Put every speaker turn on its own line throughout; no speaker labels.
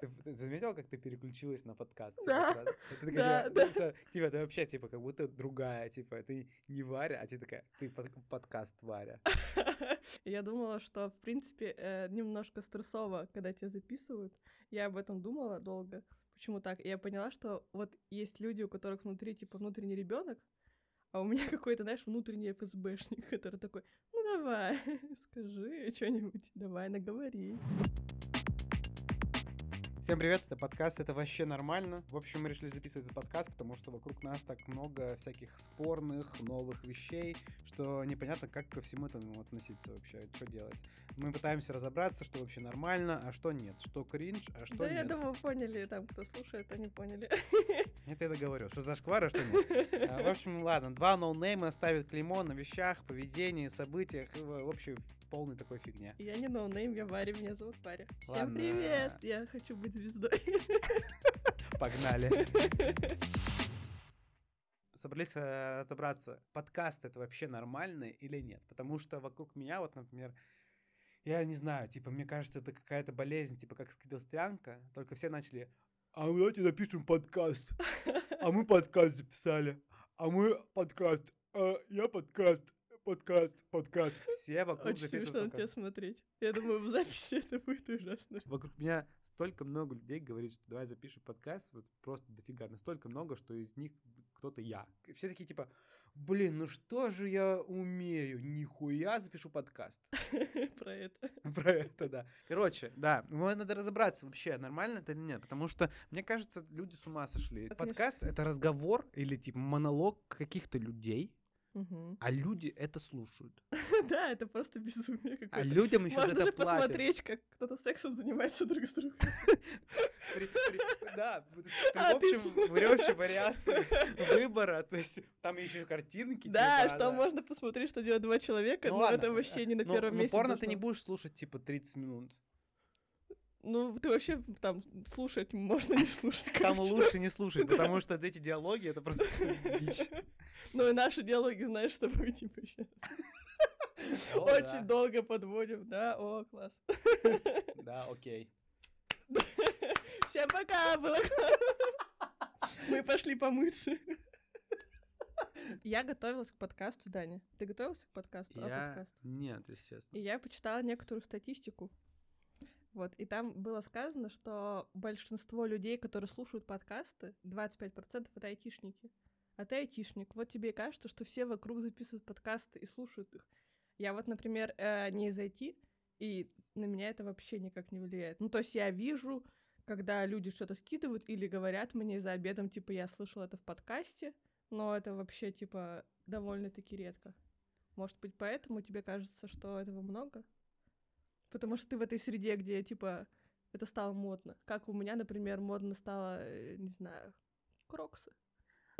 Ты, ты заметил, как ты переключилась на подкаст? Типа,
Да.
сразу? Ты такая,
Да,
типа,
да.
ты вся- типа, ты вообще, типа, как будто другая, типа, ты не Варя, а ты такая, ты под- подкаст Варя.
Я думала, что, в принципе, э, немножко стрессово, когда тебя записывают. Я об этом думала долго. Почему так? И я поняла, что вот есть люди, у которых внутри, типа, внутренний ребенок, а у меня какой-то, знаешь, внутренний ФСБшник, который такой, ну давай, скажи что-нибудь, давай, наговори.
Ну Всем привет, это подкаст «Это вообще нормально». В общем, мы решили записывать этот подкаст, потому что вокруг нас так много всяких спорных, новых вещей, что непонятно, как ко всему этому относиться вообще, что делать. Мы пытаемся разобраться, что вообще нормально, а что нет, что кринж, а что
да,
нет.
я думаю, поняли там, кто слушает, они поняли.
Это я договорю, что за шквар, а что нет. А, В общем, ладно, два ноунейма ставят клеймо на вещах, поведении, событиях, и в в общем, в полной такой фигне.
Я не ноунейм, я Варя, меня зовут Варя. Всем
Ладно.
привет, я хочу быть звездой.
Погнали. Собрались э, разобраться, подкаст это вообще нормальный или нет. Потому что вокруг меня, вот, например, я не знаю, типа, мне кажется, это какая-то болезнь, типа, как скидострянка, только все начали, а мы давайте запишем подкаст, а мы подкаст записали, а мы подкаст, а я подкаст, подкаст, подкаст. Все вокруг
Очень
записывают
смешно на тебя
подкаст.
смотреть. Я думаю, в записи это будет ужасно.
Вокруг меня столько много людей говорит, что давай запишем подкаст, вот просто дофига, настолько много, что из них кто-то я. Все такие типа, блин, ну что же я умею, нихуя запишу подкаст.
Про это.
Про это, да. Короче, да, ну, надо разобраться вообще, нормально это или нет, потому что, мне кажется, люди с ума сошли.
Да, Ну, конечно.
Подкаст — это разговор или типа монолог каких-то людей, а люди это слушают.
Да, это просто безумие
А
какое-то.
людям еще за
Можно
это
же
платят.
посмотреть, как кто-то сексом занимается друг с другом.
При- при- Да, при
А, ты
общем,
с-
при общей вариации выбора, то есть там еще картинки.
Да,
типа,
что можно посмотреть, что делают два человека,
Ну
но
ладно,
это вообще не на
ну-
первом
ну,
месте.
порно ты
должно.
не будешь слушать, типа, 30 минут.
Ну, ты вообще там слушать можно не слушать.
Там
короче.
лучше не слушать, потому что эти диалоги, это просто дичь.
Ну и наши диалоги, знаешь, что мы типа сейчас
О,
очень
да.
долго подводим, да, о, класс.
Да, окей.
Всем пока, было классно. Мы пошли помыться. Я готовилась к подкасту, Даня. Ты готовился к подкасту? О, подкаст.
Нет, если честно.
И я почитала некоторую статистику. Вот, и там было сказано, что большинство людей, которые слушают подкасты, 25% это айтишники. А ты айтишник. Вот тебе и кажется, что все вокруг записывают подкасты и слушают их. Я вот, например, э, не из IT, и на меня это вообще никак не влияет. Ну, то есть я вижу, когда люди что-то скидывают или говорят мне за обедом, типа, я слышал это в подкасте, но это вообще, типа, довольно-таки редко. Может быть, поэтому тебе кажется, что этого много? Потому что ты в этой среде, где, типа, это стало модно. Как у меня, например, модно стало, э, не знаю, кроксы.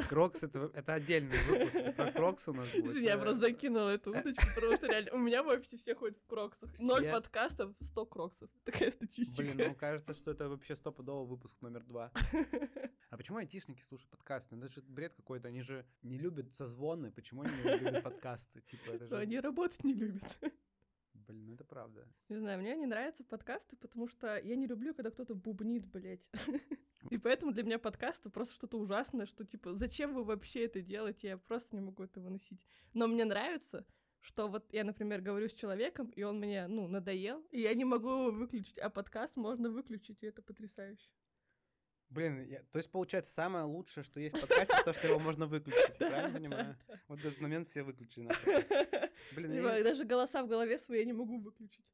Крокс, это это отдельный выпуск. Про Крокс у нас будет.
Извини, я
да.
просто закинула эту удочку, потому что реально у меня в офисе все ходят в кроксах.
Все?
Ноль подкастов, сто кроксов. Такая статистика.
Блин, ну кажется, что это вообще стопудово выпуск номер два. А почему айтишники слушают подкасты? Ну, это же бред какой-то. Они же не любят созвоны. Почему они не любят подкасты? Типа, это
Но
же...
Ну, они работать не любят.
Блин, ну это правда.
Не знаю, мне не нравятся подкасты, потому что я не люблю, когда кто-то бубнит, блядь. И поэтому для меня подкасты просто что-то ужасное, что типа, зачем вы вообще это делаете, я просто не могу это выносить. Но мне нравится, что вот я, например, говорю с человеком, и он мне, ну, надоел, и я не могу его выключить, а подкаст можно выключить, и это потрясающе.
Блин, я- то есть, получается, самое лучшее, что есть в подкасте, то, что его можно выключить. Правильно понимаю? Вот этот момент все выключены. Блин,
Не
я-
знаю, Даже голоса в голове свои я не могу выключить.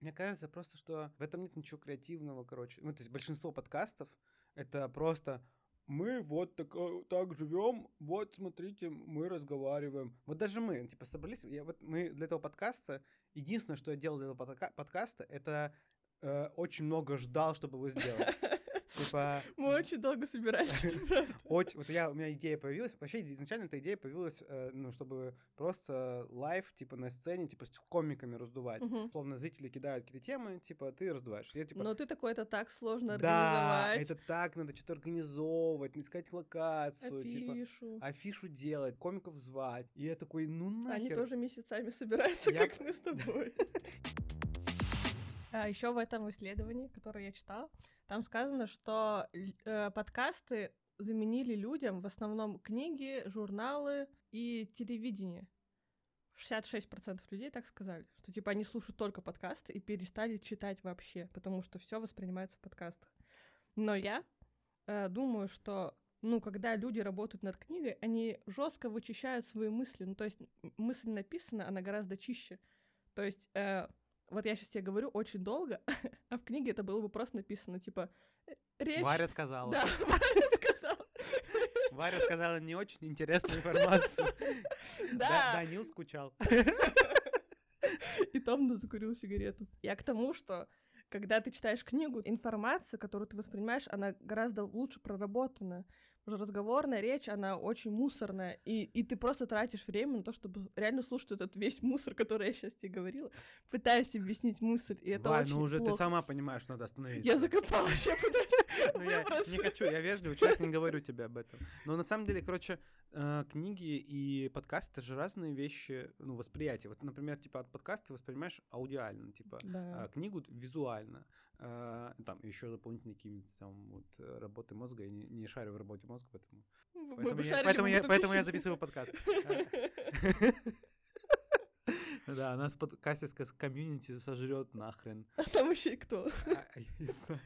Мне кажется просто, что в этом нет ничего креативного, короче. Ну, то есть большинство подкастов это просто мы вот так, э, так живем, вот смотрите, мы разговариваем. Вот даже мы, типа, собрались, я, вот мы для этого подкаста, единственное, что я делал для этого подка- подкаста, это э, очень много ждал, чтобы его сделать. Типа,
Мы очень долго собирались, это правда.
очень, вот я, у меня идея появилась. Вообще, изначально эта идея появилась, э, ну, чтобы просто лайв, типа, на сцене, типа, с комиками раздувать.
Мгм.
Словно зрители кидают какие-то темы, типа, ты раздуваешь. Я, типа,
Но ты такой, это так сложно
да,
организовать.
это так, надо что-то организовывать, искать локацию, типа,
Афишу.
афишу делать, комиков звать. И я такой, ну
Они
нахер.
тоже месяцами собираются,
Я-
как мы А с тобой. еще в этом исследовании, которое я читала, Там сказано, что л- э, подкасты заменили людям в основном книги, журналы и телевидение. 66% людей так сказали, что типа они слушают только подкасты и перестали читать вообще, потому что все воспринимается в подкастах. Но я э, думаю, что ну, когда люди работают над книгой, они жестко вычищают свои мысли. Ну, то есть м- мысль написана, она гораздо чище. То есть, э, вот я сейчас тебе говорю очень долго, а в книге это было бы просто написано, типа, э, речь...
Варя сказала.
Да, Варя сказала.
Варя сказала не очень интересную информацию. Да,
Да,
Данил скучал.
и там закурил сигарету. Я к тому, что когда ты читаешь книгу, информация, которую ты воспринимаешь, она гораздо лучше проработана. Потому что разговорная речь, она очень мусорная, и, и ты просто тратишь время на то, чтобы реально слушать этот весь мусор, который я сейчас тебе говорила, пытаясь объяснить мысль, и это
Варя,
очень
ну уже ты
плохо.
сама понимаешь, что надо остановиться.
Я закопалась, я пытаюсь
Ну, я не
выбросить.
хочу, я вежливый человек, не говорю тебе об этом. Но на самом деле, короче, э, книги и подкасты это же разные вещи, ну, восприятие. Вот, например, типа от подкаста ты воспринимаешь аудиально, типа
Да.
а книгу визуально. Э, Там еще дополнительные какие-нибудь там вот э, работы мозга. Я не, не шарю в работе мозга, поэтому.
Вы- вы
Поэтому,
бы
я,
шарили
поэтому,
в
я,
бутылке
поэтому я
щи-
записываю подкаст. Да, у нас подкастерское комьюнити сожрет нахрен.
А там еще и кто?
А, Я не знаю.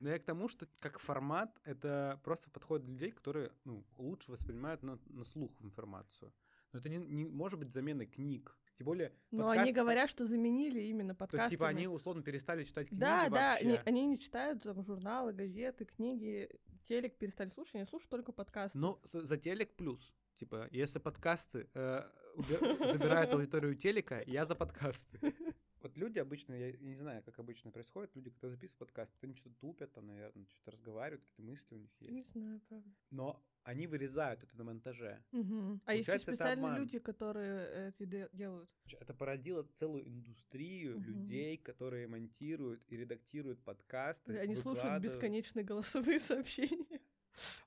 Но я к тому, что как формат, это просто подходит для людей, которые ну, лучше воспринимают на, на слух информацию. Но это не, не может быть заменой книг. Тем более
Но
подкаст-
Ну, они говорят, что заменили именно
То есть,
подкасты.
типа, они условно перестали читать книги
Да, да,
вообще.
они, они не читают там журналы, газеты, книги, телек перестали слушать, они слушают только подкасты.
Но с- за телек плюс. Типа, если подкасты э, убе- забирают аудиторию телека, я за подкасты. Вот люди обычно, я я не знаю, как обычно происходит, люди, когда записывают подкаст, то они что-то тупят там, наверное, что-то разговаривают, какие-то мысли у них
Не
есть.
знаю, правда.
Но они вырезают это на монтаже.
Мгм. А
Получается,
есть
это
специальные
обман.
люди, которые э, это де- делают.
Ч- Это породило целую индустрию
Мгм.
людей, которые монтируют и редактируют подкасты.
они слушают
выкладывают.
бесконечные голосовые сообщения.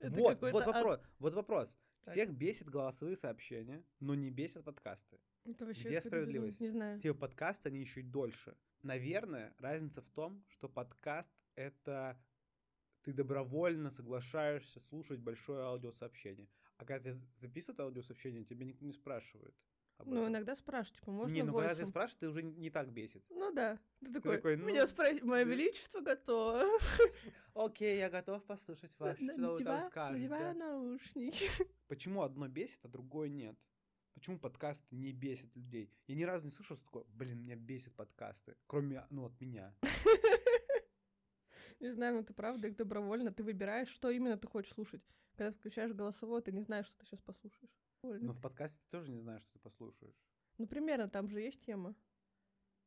Это
Вот,
какой-то
вот
ад.
вопрос, вот вопрос.
Так.
Всех бесит голосовые сообщения, но не бесят подкасты.
Это вообще
Где
какой-то безумие,
справедливость?
Не знаю.
Типа подкасты, они еще и дольше. Наверное, разница в том, что подкаст — это ты добровольно соглашаешься слушать большое аудиосообщение. А когда тебя з- записывают аудиосообщение, тебя никто не спрашивает. об
Ну,
этом.
иногда спрашивают, типа, можно
не, ну когда тебя
войсом?
спрашивают, ты уже н- не так бесит.
Ну да. Ты такой,
такой,
меня
ну,
спросить, мое
да».
величество готово.
Окей, я готов послушать вас,
На-
что вы там
надеваю-
скажете.
надеваю наушники.
Почему одно бесит, а другое нет? Почему подкасты не бесят людей? Я ни разу не слышал, что такое, блин, меня бесит подкасты. Кроме, ну, от меня.
Не знаю, но ты правда их добровольно. Ты выбираешь, что именно ты хочешь слушать. Когда ты включаешь голосовой, ты не знаешь, что ты сейчас послушаешь. Прикольно.
Но в подкасте ты тоже не знаешь, что ты послушаешь.
Ну, примерно, там же есть тема.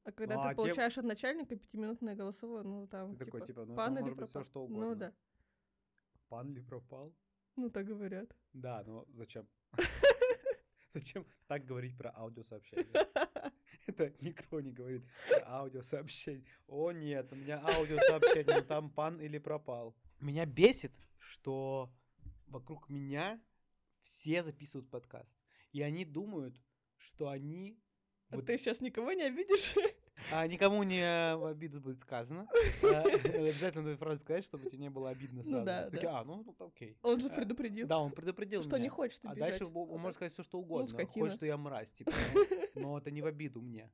А когда
Ну,
ты
а тем-
получаешь от начальника пятиминутное голосовое, ну там.
Ты такой, типа, ну,
«Пан
там
или
может быть все
пропал?»
что угодно.
Ну да.
Пан ли пропал?
Ну так говорят.
Да, но зачем? Зачем так говорить про аудиосообщение? Это никто не говорит про аудиосообщение. О нет, у меня аудиосообщение, ну там пан или пропал. Меня бесит, что вокруг меня все записывают подкаст. И они думают, что они...
А
вот-
ты сейчас никого не обидишь?
А, никому не э, в обиду будет сказано. Э, Обязательно эту фразу сказать, чтобы тебе не было обидно
Ну
сразу.
да,
Такие, А, ну ну, окей.
Он же
Э,
предупредил,
Да, он предупредил
что не
меня.
хочет
А
обижать.
дальше бо-
А
он
так.
может сказать все, что угодно.
скотина.
Хоть, что я мразь, типа. ну, Но это не в обиду мне.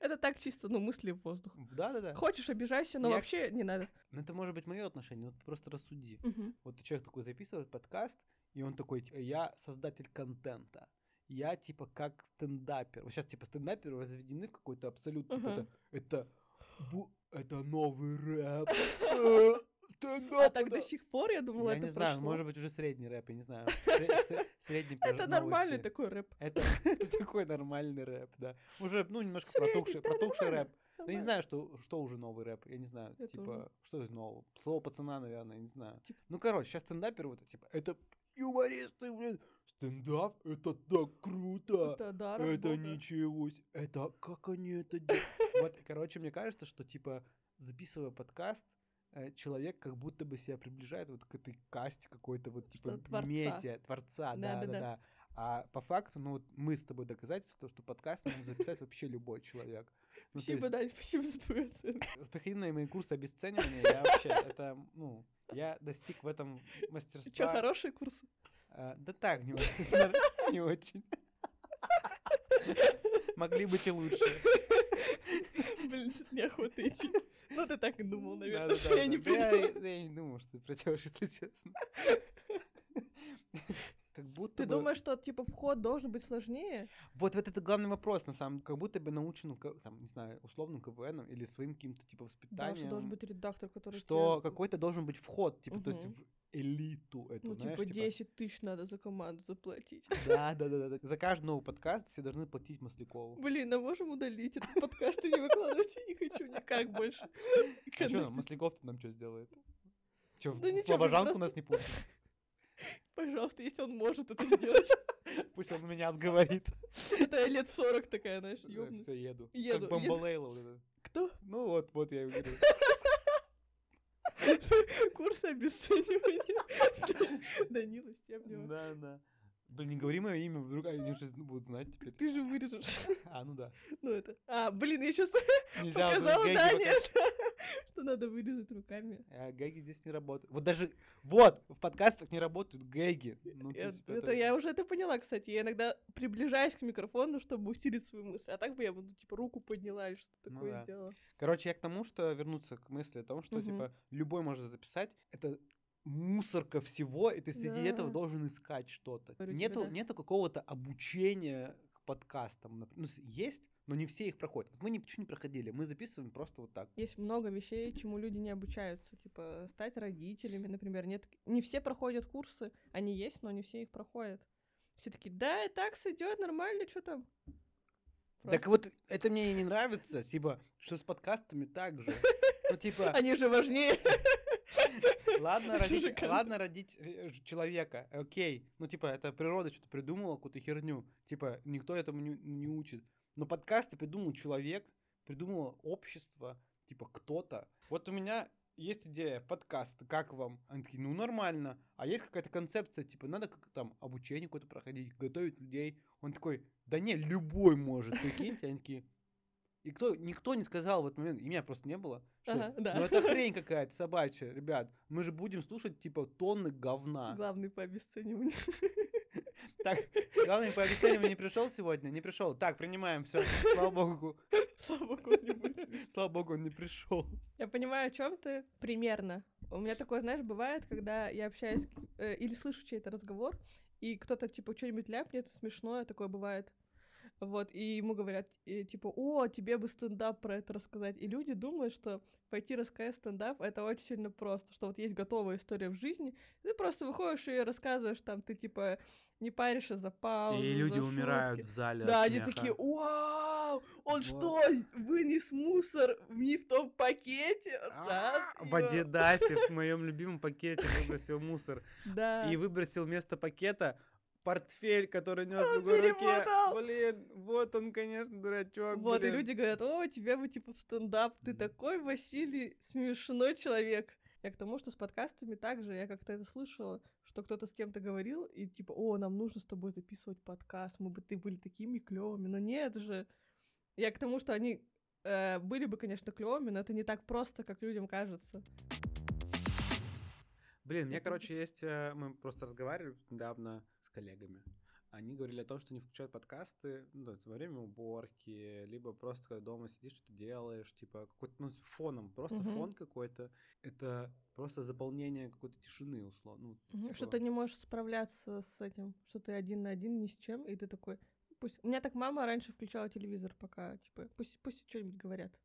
Это так чисто, ну, мысли в воздух.
Да-да-да.
Хочешь, обижайся, но
Я-
вообще не надо.
Ну, это может быть мое отношение, вот просто рассуди.
Мгм.
Вот человек такой записывает подкаст, и он такой, типа, я создатель контента. Я, типа, как стендапер. Вот сейчас, типа, стендаперы возведены в какой-то абсолют, типа,
Ага.
это, это, бу- это новый рэп. Э, стендап,
А так
это-
до сих пор, я думала,
Я
это
не знаю,
прошло.
может быть, уже средний рэп, я не знаю. Сре- сре- Средний про
Это нормальный
новости.
такой рэп.
Это, это такой нормальный рэп, да. Уже, ну, немножко протухший,
да,
протухший
нормально.
рэп. Я Ну, не знаю, что, что уже новый рэп. Я не знаю,
Я
типа,
тоже.
что из нового. Слово пацана, наверное, я не знаю.
Типа-
Ну, короче, сейчас стендаперы вот, типа, это юмористы, блин. Стендап, это так круто.
Это дар от
Это
Бога.
ничего себе. Это как они это делают? Вот, короче, мне кажется, что, типа, записывая подкаст, э, человек как будто бы себя приближает вот к этой касте какой-то вот, типа,
Что-то творца.
медиа, творца, да, да,
Да-да-да.
да. А по факту, ну вот мы с тобой доказательство, что подкаст может записать вообще любой человек. Ну, то
Спасибо,
есть,
Дань, спасибо за твою оценку.
Приходи на мои курсы обесценивания, я вообще, это, ну, я достиг в этом
Че,
мастерства.
хорошие курсы?
А, Да так, не очень. Не очень. Могли быть и лучше.
Блин, что-то неохота идти. Ну, ты так и думал, наверное,
Да-да-да,
что я
да.
не
Да,
приду.
Я я не думал, что ты придешь, если честно. Как будто
Ты
бы...
думаешь, что, типа, вход должен быть сложнее?
Вот, вот это главный вопрос, на самом деле. Как будто бы научен, ка- там, не знаю, условным КВНом или своим каким-то, типа,
Да, что
воспитанием.
должен быть редактор, который...
что
тебе,
какой-то должен быть вход, типа, то есть
Мгм.
в элиту эту,
Ну,
знаешь,
типа, 10 тысяч надо за команду заплатить.
Да, да, да, да. За каждый новый подкаст все должны платить Маслякову.
Блин, а можем удалить этот подкаст и не выкладывать? Я не хочу никак больше.
А что
Канал.
нам, Масляков-то нам что сделает? Че,
Да ничего, мы
слабожанку
просто-
нас не пустит?
Пожалуйста, если он может это сделать.
Пусть он меня отговорит.
Это я лет в 40 такая, знаешь, ёбнусь.
Все, еду.
Еду,
Как
еду.
Бамбалейла вот это.
Кто?
Ну вот, вот я и говорю.
Курсы обесценивания. Данила Стебнева.
Да, да. Блин, не говори мое имя, вдруг они уже будут знать теперь.
Ты же вырежешь.
А, ну да.
Ну это... А, блин, я сейчас
Нельзя вот
показала
эти гэги
Дане,
показывать.
что надо вырезать руками.
А гэги здесь не работают. Вот даже, вот, в подкастах не работают гэги. Ну, то
Я-
есть
Э, это я уже это поняла, кстати. Я иногда приближаюсь к микрофону, чтобы усилить свою мысль. А так бы я бы, ну, типа, руку подняла или что-то
Ну
такое
да.
сделала.
Короче, я к тому, что вернуться к мысли о том, что,
Мгм.
типа, любой может записать. Это мусорка всего, и ты среди этого
Да.
должен искать что-то.
Говорю тебе,
Нету,
да.
нету какого-то обучения к подкастам. напр- Ну, с- есть, но не все их проходят. Вот мы ничего не проходили, мы записываем просто вот так.
Есть много вещей, чему люди не обучаются. Типа, стать родителями, например. Нет, не все проходят курсы. Они есть, но не все их проходят. Все такие, да, и так сойдет нормально, что там.
Так вот, это мне и не нравится, типа, что с подкастами так же. Ну, типа,
Они же важнее.
Ладно
Чужой
родить,
контент.
ладно родить э, ж- человека, окей. Ну, типа, это природа что-то придумала, какую-то херню. Типа, никто этому не, не учит. Но подкасты придумал человек, придумало общество, типа, кто-то. Вот у меня есть идея, подкаст, как вам? Они такие, ну, нормально. А есть какая-то концепция, типа, надо как там обучение какое-то проходить, готовить людей. Он такой, да не, любой может, прикиньте. Они такие, и кто, никто не сказал в этот момент, и меня просто не было, что
Ага, да.
ну это хрень какая-то собачья, ребят. Мы же будем слушать типа тонны говна.
Главный по обесцениванию.
Так, главное, по обесцениванию не пришел сегодня? Не пришел. Так, принимаем все. Слава богу.
Слава кому-нибудь.
Слава богу, он не пришел.
Я понимаю, о чем ты примерно. У меня такое, знаешь, бывает, когда я общаюсь к- э, или слышу чей-то разговор, и кто-то типа что-нибудь ляпнет, смешное такое бывает. Вот, и ему говорят, э, типа, о, тебе бы стендап про это рассказать. И люди думают, что пойти рассказать стендап — это очень сильно просто, что вот есть готовая история в жизни, ты просто выходишь и рассказываешь, там, ты, типа, не паришься за паузу, А за шутки.
в зале.
Да, они такие, вау, он
Вот.
что, вынес мусор не в том пакете? Да,
А, В Адидасе, в моем любимом пакете выбросил мусор.
Да.
И выбросил вместо пакета портфель, который нес в
Он
другой руке.
перемотал.
Блин, вот он, конечно, дурачок.
Вот, и
блин.
люди говорят, о, тебя бы типа в стендап, ты
Мгм.
такой, Василий, смешной человек. Я к тому, что с подкастами также, я как-то это слышала, что кто-то с кем-то говорил, и типа, о, нам нужно с тобой записывать подкаст, мы бы ты были такими клевыми, но нет же. Я к тому, что они э, были бы, конечно, клевыми, но это не так просто, как людям кажется.
Блин, у меня,
Это
короче, есть... э, Мы просто разговаривали недавно с коллегами. Они говорили о том, что не включают подкасты ну, то есть во время уборки, либо просто когда дома сидишь, что делаешь, типа какой-то, ну, с фоном, просто
Мгм.
фон какой-то. Это просто заполнение какой-то тишины, условно. ну,
Мгм, Что
типа.
ты не можешь справляться с этим, что ты один на один ни с чем, и ты такой, «Ну, пусть... У меня так мама раньше включала телевизор, пока, типа, пусть, пусть что-нибудь говорят.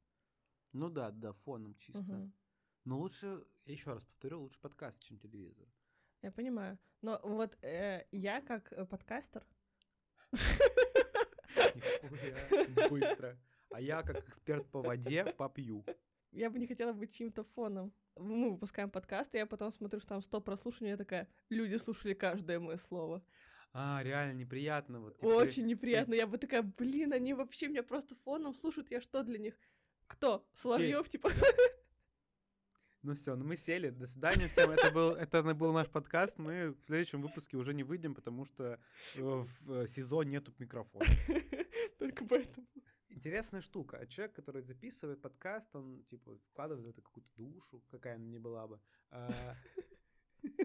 Ну да, да, фоном чисто.
Мгм.
Но лучше, я еще раз повторю, лучше подкаст, чем телевизор.
Я понимаю. Но вот э, я как э, подкастер,
Нихуя, быстро. А я, как эксперт по воде, попью.
я бы не хотела быть чьим-то фоном. Мы выпускаем подкаст, и я потом смотрю, что там 100 прослушиваний, я такая, люди слушали каждое мое слово.
А, реально неприятно. Вот, типа,
Очень неприятно. Я бы такая, блин, они вообще меня просто фоном слушают, я что для них? Кто? Соловьев, типа?
Ну все, ну мы сели. До свидания всем. Это был, это на- был наш подкаст. Мы в следующем выпуске уже не выйдем, потому что э, в э, СИЗО нету микрофона.
Только поэтому.
интересная штука. А человек, который записывает подкаст, он, типа, вкладывает в это какую-то душу, какая она ни была бы. А,
Я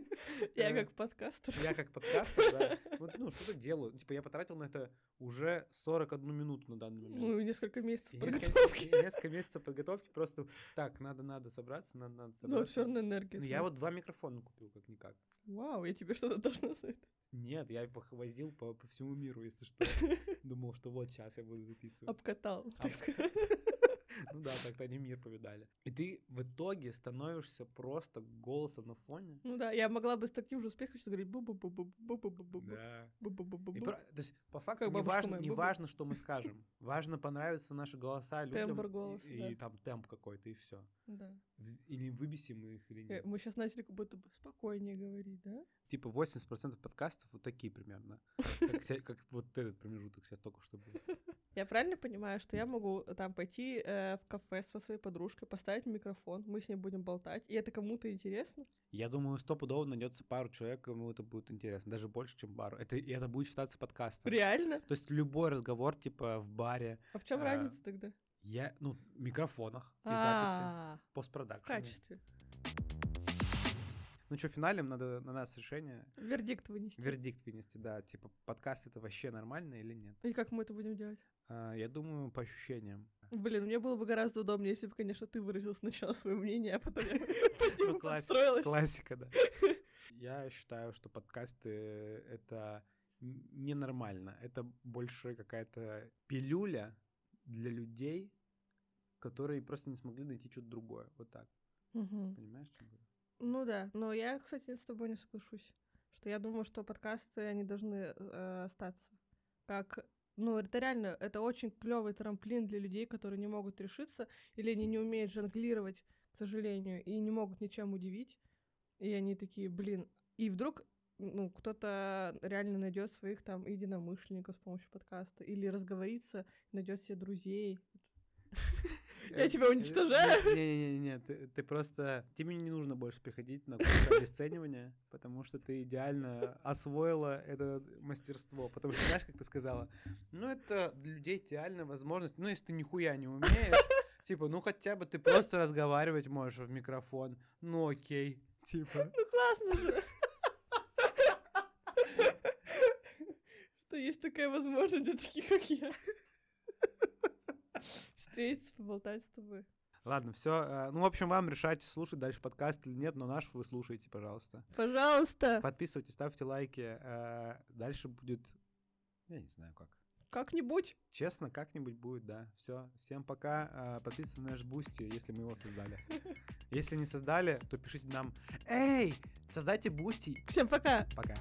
э,
как подкастер.
Я как подкастер, да. Вот, ну, что-то делаю. Типа, я потратил на это уже 41 минуту на данный
Ну,
момент.
несколько месяцев
И
подготовки.
несколько- и Несколько месяцев подготовки просто так, надо-надо собраться, надо-надо
Но
собраться.
все равно энергия.
Ну, я вот два микрофона купил, как-никак.
Вау, я тебе что-то должна за это.
Нет, я их возил по, по всему миру, если что. Думал, что вот сейчас я буду записывать.
Обкатал, так
Об-
сказать.
Ну да, так-то они мир повидали. И ты в итоге становишься просто голосом на фоне.
Ну да, я могла бы с таким же успехом сейчас говорить бу бу бу бу бу бу бу бу бу
Да.
бу бу бу бу
И
бу
про- то есть, по факту,
Как
не
бабушка
важно,
моя,
не
бу-бу.
важно, что мы скажем. Важно, понравятся наши голоса людям.
Тембр
и-
голоса,
И,
да.
там темп какой-то, и все.
Да.
Или выбесим мы их, или
Э,
нет.
Мы сейчас начали как будто бы спокойнее говорить, да?
Типа 80% подкастов вот такие примерно. Как, ся- как вот этот промежуток сейчас только что был.
Я правильно понимаю, что я могу э, там пойти э, в кафе со своей подружкой, поставить микрофон, мы с ней будем болтать, и это кому-то интересно?
Я думаю, стопудово найдется пару человек, кому это будет интересно. Даже больше, чем пару. Это, и это будет считаться подкастом.
Реально?
То есть любой разговор, типа, в баре,
А в чем
А,
разница тогда?
я, ну, в микрофонах и записи,
А, в
постпродакшн.
качестве.
Ну что, финалем надо на нас решение,
Вердикт вынести.
вердикт вынести, да, типа, подкаст это вообще нормально или нет.
И как мы это будем делать?
А, я думаю, по ощущениям.
Блин, мне было бы гораздо удобнее, если бы, конечно, ты выразил сначала свое мнение, а потом я под
Ну,
него
класс-
подстроилась.
Классика, да. Я считаю, что подкасты — это н- ненормально. Это больше какая-то пилюля для людей, которые просто не смогли найти что-то другое. Вот так.
Мгм.
Понимаешь, что я говорю?
Ну да, но я, кстати, с тобой не соглашусь, что я думаю, что подкасты, они должны э, остаться. Как, ну это реально, это очень клевый трамплин для людей, которые не могут решиться, или они не умеют жонглировать, к сожалению, и не могут ничем удивить. И они такие, блин, и вдруг ну, кто-то реально найдет своих там единомышленников с помощью подкаста, или разговорится, найдет себе друзей. Я
Э,
тебя
э,
уничтожаю?
не- Не-не-не, ты, ты просто... Тебе не нужно больше приходить на курсы обесценивания, потому что ты идеально освоила это мастерство. Потому что, знаешь, как ты сказала, ну, это для людей идеальная возможность. Ну, если ты нихуя не умеешь, типа, ну, хотя бы ты просто разговаривать можешь в микрофон. Ну, окей. Типа,
Ну классно же! Что есть такая возможность для таких, как я. Встретиться, поболтать с тобой.
ладно, все. Ну, в общем, вам решать, слушать дальше подкаст или нет, но наш вы слушаете, пожалуйста.
Пожалуйста!
Подписывайтесь, ставьте лайки. Э, Дальше будет... Я не знаю как.
Как-нибудь!
Честно, как-нибудь будет, да. Все. Всем пока. А, Подписывайтесь на наш бусти, если мы его создали. Если не создали, то пишите нам. Эй! Создайте бусти.
Всем пока!
Пока.